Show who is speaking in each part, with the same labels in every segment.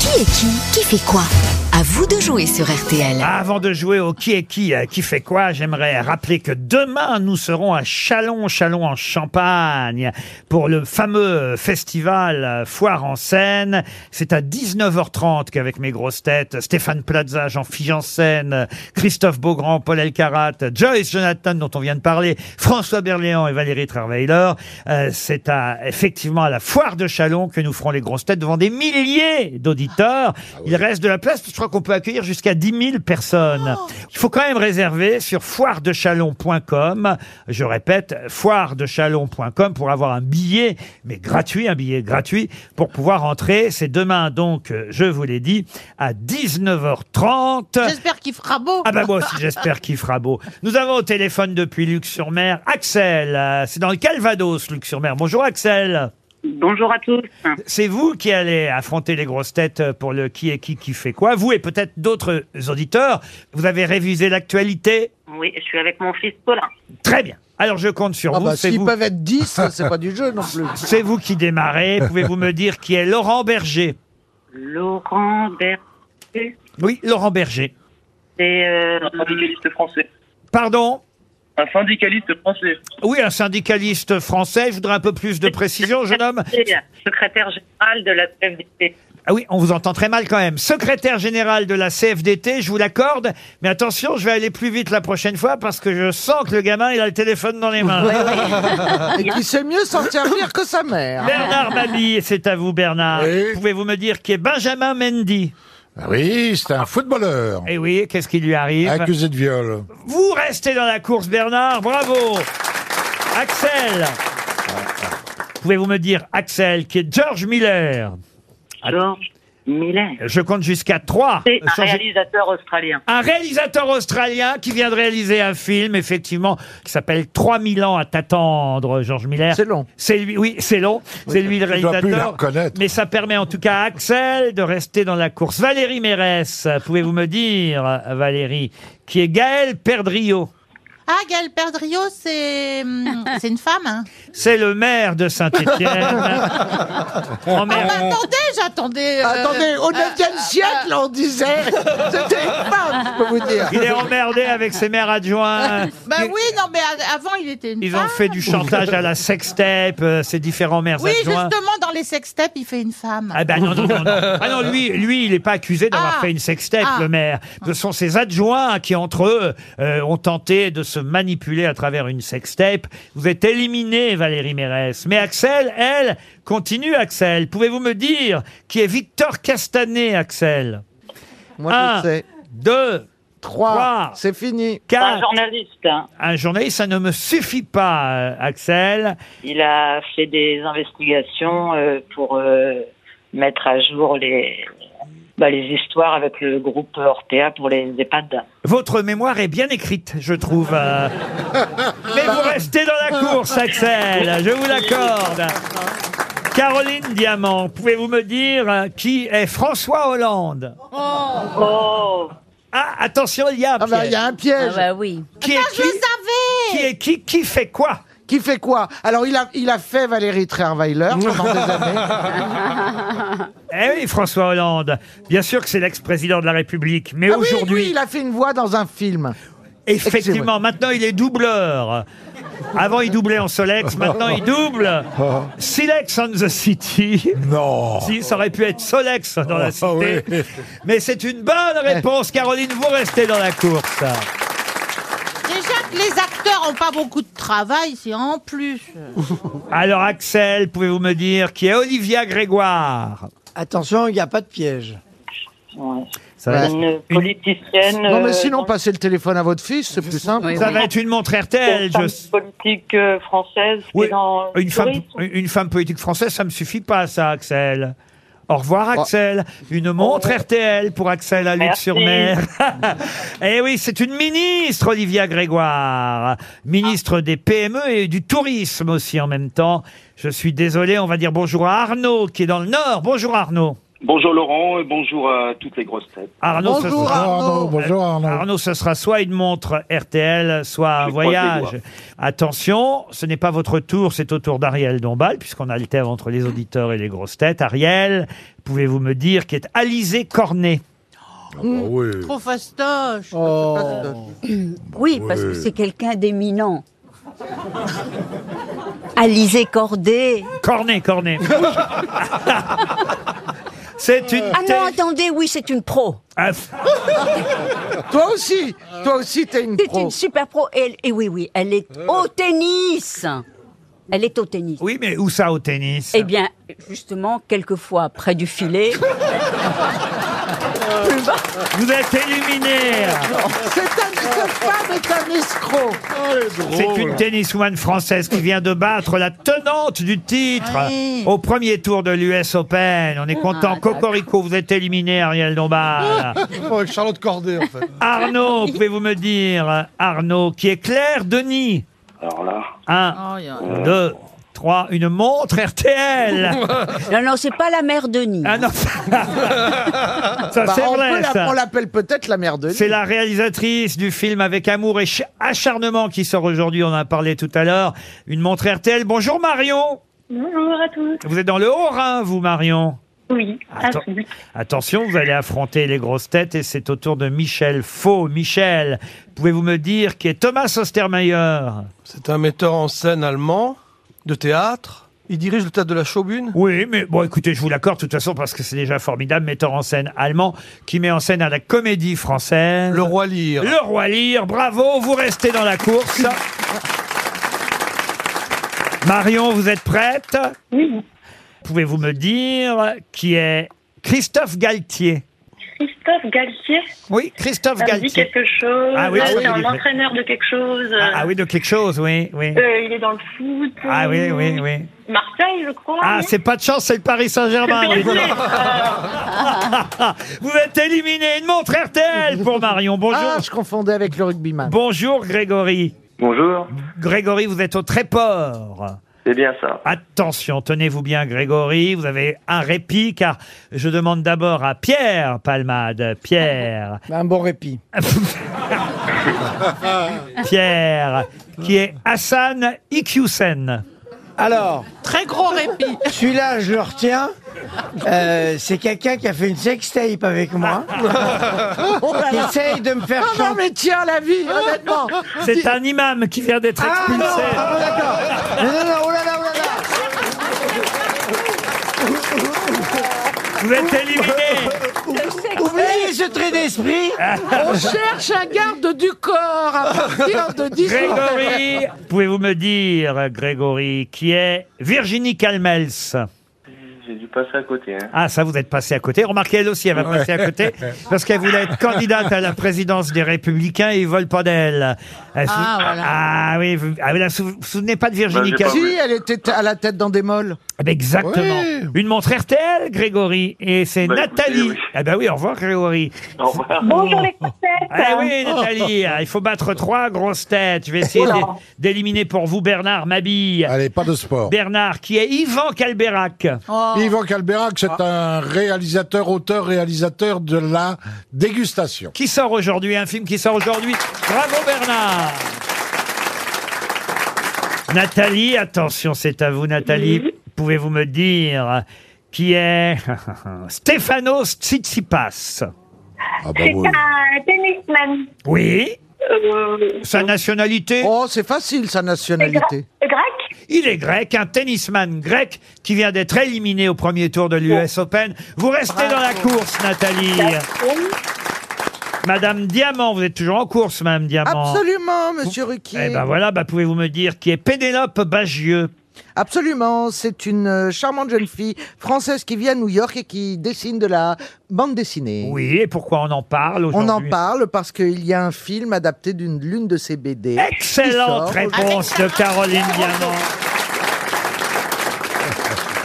Speaker 1: Qui est qui Qui fait quoi À vous de jouer sur RTL.
Speaker 2: Ah, Avant de jouer au qui est qui, euh, qui fait quoi, j'aimerais rappeler que demain, nous serons à Chalon, Chalon en Champagne, pour le fameux festival euh, Foire en scène. C'est à 19h30 qu'avec mes grosses têtes, Stéphane Plaza, Jean Figensen, euh, Christophe Beaugrand, Paul Elkarat, Joyce Jonathan, dont on vient de parler, François Berléand et Valérie Travailer, euh, c'est à, effectivement à la Foire de Chalon que nous ferons les grosses têtes devant des milliers d'auditeurs. Il reste de la place, je crois qu'on peut accueillir jusqu'à 10 000 personnes. Il faut quand même réserver sur foiredechalon.com. Je répète, foiredechalon.com pour avoir un billet, mais gratuit, un billet gratuit, pour pouvoir entrer. C'est demain, donc, euh, je vous l'ai dit, à 19h30.
Speaker 3: J'espère qu'il fera beau.
Speaker 2: Ah bah moi aussi, j'espère qu'il fera beau. Nous avons au téléphone depuis Luc-sur-Mer Axel. Euh, C'est dans le Calvados, Luc-sur-Mer. Bonjour Axel.
Speaker 4: Bonjour à tous.
Speaker 2: C'est vous qui allez affronter les grosses têtes pour le qui est qui qui fait quoi. Vous et peut-être d'autres auditeurs, vous avez révisé l'actualité.
Speaker 4: Oui, je suis avec mon fils Paulin.
Speaker 2: Très bien. Alors je compte sur
Speaker 5: Ah
Speaker 2: vous.
Speaker 5: bah,
Speaker 2: C'est
Speaker 5: s'ils
Speaker 2: vous,
Speaker 5: peuvent être 10, c'est pas du jeu non plus.
Speaker 2: c'est vous qui démarrez. Pouvez-vous me dire qui est Laurent Berger
Speaker 4: Laurent Berthier,
Speaker 2: Oui, Laurent Berger.
Speaker 4: c'est euh,
Speaker 6: syndicaliste français.
Speaker 2: Pardon
Speaker 6: Un syndicaliste français.
Speaker 2: Oui, un syndicaliste français. Je voudrais un peu plus de précision, jeune homme.
Speaker 4: secrétaire général de la CFDT.
Speaker 2: Ah oui, on vous entend très mal quand même. Secrétaire général de la CFDT, je vous l'accorde. Mais attention, je vais aller plus vite la prochaine fois parce que je sens que le gamin, il a le téléphone dans les mains.
Speaker 5: Et qui sait mieux s'en servir que sa mère.
Speaker 2: Bernard Mabille, c'est à vous, Bernard.
Speaker 7: Oui.
Speaker 2: Pouvez-vous me dire qui est Benjamin Mendy
Speaker 7: Ah Oui, c'est un footballeur
Speaker 2: Eh oui, qu'est-ce qui lui arrive
Speaker 7: accusé de viol.
Speaker 2: Vous restez dans la course, Bernard. Bravo. Axel. Pouvez-vous me dire, Axel, qui est George Miller
Speaker 4: George Miller.
Speaker 2: Je compte jusqu'à 3.
Speaker 4: C'est un réalisateur australien.
Speaker 2: Un réalisateur australien qui vient de réaliser un film, effectivement, qui s'appelle 3000 ans à t'attendre, George Miller.
Speaker 5: C'est long.
Speaker 2: C'est lui, oui, c'est long. C'est lui le
Speaker 7: Tu dois plus la
Speaker 2: réalisateur.
Speaker 7: reconnaître.
Speaker 2: Mais ça permet en tout cas à Axel de rester dans la course. Valérie Mérès, pouvez-vous me dire, Valérie, qui est Gaël Perdriau
Speaker 3: Ah, Gaël Perdriau, c'est hum, c'est une femme. hein.
Speaker 2: C'est le maire de Saint-Étienne. En
Speaker 3: Ah,
Speaker 2: mer-
Speaker 3: bah, attendez, j'attendais. euh,
Speaker 5: Attendez, au 9e siècle, on disait, c'était une femme, je peux vous dire.
Speaker 2: Il est emmerdé avec ses maires adjoints.
Speaker 3: Bah oui, non, mais a- avant, il était une
Speaker 2: Ils
Speaker 3: femme.
Speaker 2: ont fait du chantage à la sextape, euh, ces différents maires
Speaker 3: Oui,
Speaker 2: adjoints.
Speaker 3: justement, dans les sextapes, il fait une femme.
Speaker 2: Ah ben non, non, non, non. Ah non, lui, lui, il n'est pas accusé d'avoir
Speaker 3: Ah.
Speaker 2: fait une sextape,
Speaker 3: Ah.
Speaker 2: le maire. Ce sont ses adjoints qui, entre eux, euh, ont tenté de se manipuler à travers une sextape. Vous êtes éliminé, Valérie Mérès. Mais Axel, elle, continue, Axel. Pouvez-vous me dire qui est Victor Castanet, Axel
Speaker 5: Moi,
Speaker 2: Un,
Speaker 5: je sais.
Speaker 2: deux,
Speaker 5: 3,
Speaker 2: trois.
Speaker 5: c'est fini.
Speaker 4: Un
Speaker 2: quatre.
Speaker 4: journaliste. hein.
Speaker 2: Un journaliste, ça ne me suffit pas, euh, Axel.
Speaker 4: Il a fait des investigations euh, pour euh, mettre à jour les, bah, les histoires avec le groupe Orpea pour les EHPAD.
Speaker 2: Votre mémoire est bien écrite, je trouve. euh. Mais vous restez dans la course, Axel. Je vous l'accorde. Caroline Diamant, pouvez-vous me dire euh, qui est François Hollande
Speaker 4: Oh
Speaker 2: Ah, attention, il y a un
Speaker 5: Ah bah, il y
Speaker 2: piège.
Speaker 5: a un piège.
Speaker 2: Qui est
Speaker 3: Ah, Je le
Speaker 2: qui
Speaker 3: savais
Speaker 2: Qui est qui Qui fait quoi
Speaker 5: Qui fait quoi Alors, il a, il a fait Valérie Trierweiler pendant des années.
Speaker 2: Eh oui, François Hollande. Bien sûr que c'est l'ex-président de la République, mais
Speaker 5: Ah oui,
Speaker 2: aujourd'hui,
Speaker 5: oui, il a fait une voix dans un film.
Speaker 2: effectivement, maintenant il est doubleur. Avant, il doublait en Solex, maintenant il double Silex on the City.
Speaker 7: Non
Speaker 2: Si, ça aurait pu être Solex dans la
Speaker 7: Ah
Speaker 2: cité.
Speaker 7: oui.
Speaker 2: Mais c'est une bonne réponse, Caroline. Vous restez dans la course.
Speaker 3: Déjà que les acteurs ont pas beaucoup de travail, c'est en plus.
Speaker 2: Alors, Axel, pouvez-vous me dire qui est Olivia Grégoire
Speaker 8: Attention, il n'y a pas de piège.
Speaker 4: Ouais.
Speaker 2: ça va, être-
Speaker 4: Une politicienne.
Speaker 5: Non,
Speaker 4: euh,
Speaker 5: mais sinon,
Speaker 4: dans-
Speaker 5: passez le téléphone à votre fils, c'est plus simple.
Speaker 2: ça va être une montre RTL.
Speaker 4: femme
Speaker 2: je-
Speaker 4: politique euh, française qui
Speaker 2: Oui, euh,
Speaker 4: est dans
Speaker 2: une,
Speaker 4: le
Speaker 2: femme,
Speaker 4: tourisme.
Speaker 2: une femme politique française, ça me suffit pas, ça, Axel. Au revoir, Axel. Une montre RTL pour Axel à
Speaker 4: Merci.
Speaker 2: Luc-sur-Mer. Eh oui, c'est une ministre, Olivia Grégoire. Ministre des PME et du tourisme aussi en même temps. Je suis désolé, on va dire bonjour à Arnaud qui est dans le Nord. Bonjour Arnaud.
Speaker 6: Bonjour Laurent et bonjour à toutes les grosses têtes.
Speaker 2: Arnaud, ce
Speaker 5: Bonjour,
Speaker 2: sera-
Speaker 5: Arnaud.
Speaker 7: Bonjour Arnaud.
Speaker 2: Arnaud, ce sera soit une montre RTL, soit un
Speaker 6: Je croise les
Speaker 2: voyage.
Speaker 6: doigts.
Speaker 2: Attention, ce n'est pas votre tour, c'est au tour d'Ariel Dombal, puisqu'on alterne entre les auditeurs et les grosses têtes. Ariel, pouvez-vous me dire qui est Alizé Cornet
Speaker 7: Ah bah oui.
Speaker 3: Trop fastoche.
Speaker 9: Oui, parce
Speaker 7: Ouais.
Speaker 9: que c'est quelqu'un d'éminent. Alizé Cordet.
Speaker 2: Cornet, Cornet. c'est une
Speaker 9: Ah non,
Speaker 2: tête-
Speaker 9: attendez, oui, c'est une pro.
Speaker 2: Ah, f-
Speaker 5: Toi aussi, toi aussi, t'es une
Speaker 9: C'est
Speaker 5: pro.
Speaker 9: une super pro. Et, elle- et oui, oui, elle est au tennis. Elle est au tennis.
Speaker 2: Oui, mais où ça au tennis
Speaker 9: Eh bien, justement, quelquefois près du filet.
Speaker 2: Vous êtes éliminé
Speaker 5: C'est un, cette femme est un escroc.
Speaker 2: C'est une tenniswoman française qui vient de battre la tenante du titre
Speaker 3: Oui.
Speaker 2: au premier tour de l'US Open.
Speaker 5: Ah,
Speaker 2: On est content. Cocorico, vous êtes éliminé, Ariel Dombal.
Speaker 5: Oh,
Speaker 8: Charlotte Corday, en fait.
Speaker 2: Arnaud, pouvez-vous me dire, Arnaud, qui est Claire Denis
Speaker 6: Alors là,
Speaker 2: Un,
Speaker 3: Oh, y a-
Speaker 2: deux, trois, une montre RTL.
Speaker 9: Non, non, c'est pas la mère Denis.
Speaker 2: Ah non, ça
Speaker 5: Bah,
Speaker 2: c'est
Speaker 5: on, peut
Speaker 2: vrai.
Speaker 5: la-
Speaker 2: ça.
Speaker 5: on l'appelle peut-être la mère de
Speaker 2: C'est la réalisatrice du film Avec amour et ch- acharnement qui sort aujourd'hui. On en a parlé tout à l'heure. Une montre RTL. Bonjour Marion.
Speaker 10: Bonjour à tous.
Speaker 2: Vous êtes dans le Haut-Rhin, vous Marion.
Speaker 10: Oui, à
Speaker 2: Attends.
Speaker 10: tous.
Speaker 2: Attention, vous allez affronter les grosses têtes et c'est au tour de Michel Faux. Michel, pouvez-vous me dire qui est Thomas Ostermayer
Speaker 8: C'est un metteur en scène allemand, de théâtre. Il dirige le théâtre de la Schaubühne.
Speaker 2: Oui, mais bon, écoutez, je vous l'accorde de toute façon parce que c'est déjà formidable, metteur en scène allemand qui met en scène à la comédie française.
Speaker 8: Le roi Lear.
Speaker 2: Le roi Lear, bravo, vous restez dans la course. Marion, vous êtes prête
Speaker 10: Oui,
Speaker 2: Pouvez-vous me dire qui est Christophe Galtier
Speaker 10: Christophe Galtier,
Speaker 2: Oui, Christophe
Speaker 10: ça me dit
Speaker 2: Galtier.
Speaker 10: quelque chose.
Speaker 2: Ah oui, ça
Speaker 10: c'est
Speaker 2: me
Speaker 10: un
Speaker 2: dit-
Speaker 10: entraîneur de quelque chose.
Speaker 2: Ah, ah oui, de quelque chose, oui, oui.
Speaker 10: Euh, il est dans le foot.
Speaker 2: Ah oui, oui, oui.
Speaker 10: Marseille, je crois.
Speaker 2: Ah,
Speaker 10: non
Speaker 2: c'est pas de chance, c'est le Paris Saint-Germain. oui. Vous êtes éliminé, une montre RTL pour Marion. Bonjour.
Speaker 5: Ah, je confondais avec le rugbyman.
Speaker 2: Bonjour Grégory.
Speaker 6: bonjour.
Speaker 2: Grégory, vous êtes au Tréport.
Speaker 6: C'est bien ça.
Speaker 2: Attention, tenez-vous bien Grégory, vous avez un répit car je demande d'abord à Pierre Palmade. Pierre,
Speaker 8: Un bon répit.
Speaker 2: Pierre, qui est Hassan Iqiyoussen.
Speaker 8: Alors,
Speaker 3: Très gros répit.
Speaker 8: celui-là, je le retiens. Euh, c'est quelqu'un qui a fait une sextape avec moi. qui essaye de me faire
Speaker 5: Oh Ah non,
Speaker 8: chanter.
Speaker 5: mais tiens, la vie, honnêtement.
Speaker 2: C'est un imam qui vient d'être
Speaker 8: Ah non,
Speaker 2: expulsé.
Speaker 8: ah, bon, d'accord. Non, non, non, oh là là, oh là là. bah,
Speaker 2: Vous êtes éliminé.
Speaker 8: Oubliez ce trait d'esprit.
Speaker 5: On cherche un garde du corps à partir de 10
Speaker 2: Grégory, pouvez-vous me dire, Grégory, qui est Virginie Calmels
Speaker 6: J'ai dû passer à côté. Hein.
Speaker 2: Ah, ça, vous êtes passé à côté. Remarquez, elle aussi, elle va passer à côté parce qu'elle voulait être candidate à la présidence des Républicains et ils veulent pas d'elle. Elle sou-
Speaker 3: Ah, voilà.
Speaker 2: Ah oui, vous ah, oui, là, sou- vous vous souvenez pas de Virginie
Speaker 6: Bah, j'ai
Speaker 2: Calmels
Speaker 5: Si, elle était à la tête dans des molles.
Speaker 2: Ah ben Exactement.
Speaker 7: Oui.
Speaker 2: Une montre RTL, Grégory. Et c'est
Speaker 6: Bah, écoutez,
Speaker 2: Nathalie.
Speaker 6: oui.
Speaker 2: Ah ben oui, au revoir, Grégory.
Speaker 6: Au revoir.
Speaker 10: Bonjour les Françaises.
Speaker 2: Ah oui, Nathalie, il faut battre trois grosses têtes. Je vais essayer d'é- d'éliminer pour vous Bernard Mabille.
Speaker 6: Ah.
Speaker 7: Allez, pas de sport.
Speaker 2: Bernard, qui est Yvan Calberac.
Speaker 3: Oh.
Speaker 7: Yvan Calberac, c'est un réalisateur, auteur, réalisateur de la dégustation.
Speaker 2: qui sort aujourd'hui, un film qui sort aujourd'hui. Bravo Bernard Nathalie, attention, c'est à vous Nathalie. Pouvez-vous me dire qui est Stéphanos Tsitsipas
Speaker 7: Ah bah
Speaker 10: C'est
Speaker 7: oui.
Speaker 10: un tennisman.
Speaker 2: Oui,
Speaker 10: Euh,
Speaker 2: sa nationalité
Speaker 5: Oh, c'est facile, sa nationalité.
Speaker 10: grec
Speaker 2: Il est grec, un tennisman grec qui vient d'être éliminé au premier tour de l'US Open. Vous restez dans la course, Nathalie. Madame Diamant, vous êtes toujours en course, Madame Diamant.
Speaker 5: Absolument, monsieur Ruquier.
Speaker 2: Eh ben voilà, bah pouvez-vous me dire qui est Pénélope Bagieux
Speaker 5: Absolument, c'est une euh, charmante jeune fille française qui vit à New York et qui dessine de la bande dessinée.
Speaker 2: Oui, et pourquoi on en parle
Speaker 5: On
Speaker 2: aujourd'hui
Speaker 5: en parle parce qu'il y a un film adapté d'une l'une de ses BD.
Speaker 2: Excellente
Speaker 5: qui sort.
Speaker 2: réponse de Caroline Diamant.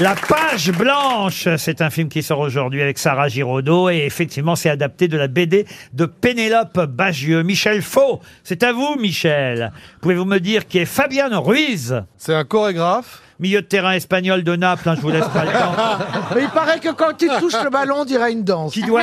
Speaker 2: La page blanche, c'est un film qui sort aujourd'hui avec Sarah Giraudot et effectivement c'est adapté de la BD de Pénélope Bagieux. Michel Faux, c'est à vous Michel. Pouvez-vous me dire qui est Fabienne Ruiz
Speaker 8: C'est un chorégraphe.
Speaker 2: milieu de terrain espagnol de Naples, hein, je vous laisse pas le temps.
Speaker 5: Mais il paraît que quand il touche le ballon, on dirait une danse.
Speaker 2: Qui doit,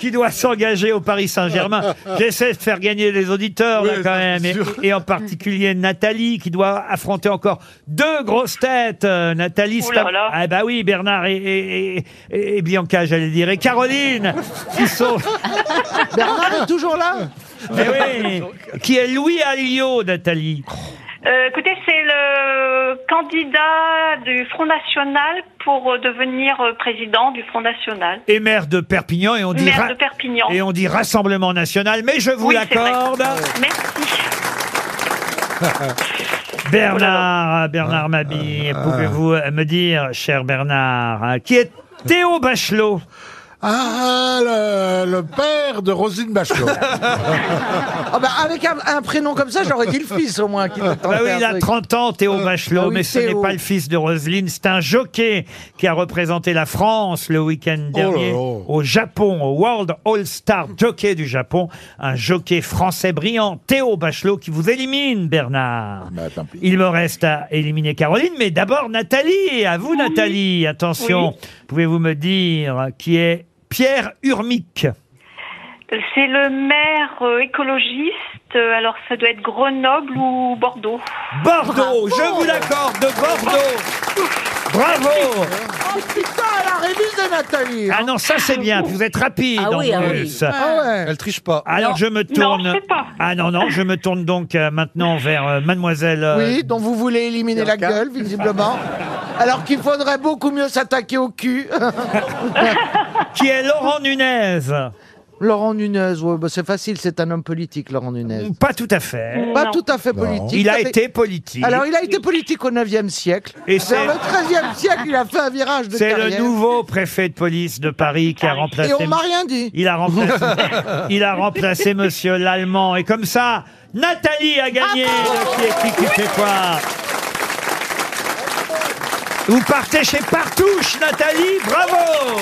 Speaker 2: qui doit s'engager au Paris Saint-Germain. J'essaie de faire gagner les auditeurs, là,
Speaker 5: Oui,
Speaker 2: quand même. Et, et en particulier Nathalie, qui doit affronter encore deux grosses têtes. Euh,
Speaker 11: Ouh
Speaker 2: Nathalie,
Speaker 11: là
Speaker 2: c'est-
Speaker 11: là.
Speaker 2: Ah, bah oui, Bernard et, et, et- et Bianca, j'allais dire. Et Caroline, qui sont.
Speaker 5: Bernard est toujours là
Speaker 2: Eh oui, qui est Louis Alliot, Nathalie.
Speaker 10: Euh, écoutez, c'est le candidat du Front National pour euh, devenir euh, président du Front National.
Speaker 2: Et maire de Perpignan, et on dit.
Speaker 10: Maire
Speaker 2: ra-
Speaker 10: de Perpignan.
Speaker 2: Et on dit Rassemblement National, mais je vous
Speaker 10: Oui, c'est vrai.
Speaker 2: l'accorde.
Speaker 10: Merci.
Speaker 2: Bernard, Bernard Mabille, pouvez-vous euh, me dire, cher Bernard, hein, qui est Théo Bachelot
Speaker 7: Ah, le, le père de Rosine Bachelot. Bah,
Speaker 5: Ah bah, Avec un, un prénom comme ça, j'aurais dit le fils au moins. qui me tentait
Speaker 2: Bah oui,
Speaker 5: un
Speaker 2: il a
Speaker 5: truc.
Speaker 2: 30 ans, Théo Bachelot,
Speaker 5: Ah oui,
Speaker 2: mais ce n'est
Speaker 5: Théo.
Speaker 2: pas le fils de Roselyne, c'est un jockey qui a représenté la France le week-end
Speaker 7: Oh là
Speaker 2: dernier
Speaker 7: là.
Speaker 2: au Japon, au World All-Star Jockey du Japon, un jockey français brillant, Théo Bachelot, qui vous élimine, Bernard.
Speaker 5: Bah
Speaker 2: Il me reste à éliminer Caroline, mais d'abord Nathalie, à vous Nathalie, attention, pouvez-vous me dire qui est Pierre Urmic
Speaker 10: C'est le maire euh, écologiste, euh, alors ça doit être Grenoble ou Bordeaux.
Speaker 2: Bordeaux, je vous l'accorde, de Bordeaux. Bravo
Speaker 5: Oh putain, elle a révisé Nathalie
Speaker 2: Ah non, ça c'est bien, vous êtes rapide
Speaker 5: Ah oui,
Speaker 2: en
Speaker 5: ah oui.
Speaker 2: plus.
Speaker 5: Ah ouais.
Speaker 2: Elle triche pas. Alors je me tourne.
Speaker 5: Non, je sais pas.
Speaker 2: Ah non, non, je me tourne donc euh, maintenant vers euh, mademoiselle. euh,
Speaker 5: Oui, dont vous voulez éliminer la gueule, visiblement. Alors qu'il faudrait beaucoup mieux s'attaquer au cul.
Speaker 2: qui est Laurent Nunez.
Speaker 5: Laurent Nunez, ouais, bah, c'est facile, c'est un homme politique, Laurent Nunez.
Speaker 2: Pas tout à fait.
Speaker 5: Pas tout à fait politique.
Speaker 2: Il a
Speaker 5: Ça fait-
Speaker 2: été politique.
Speaker 5: Alors, il a été politique au 9e siècle.
Speaker 2: Et
Speaker 5: Et
Speaker 2: c'est-
Speaker 5: Vers le 13e siècle, il a fait un virage de
Speaker 2: C'est
Speaker 5: carrière.
Speaker 2: le nouveau préfet de police de Paris qui a remplacé.
Speaker 5: Et on m'a rien dit.
Speaker 2: Il a remplacé. il a remplacé Monsieur l'Allemand et comme ça, Nathalie a gagné. le qui est qui, qui fait quoi Vous partez chez Partouche, Nathalie. Bravo.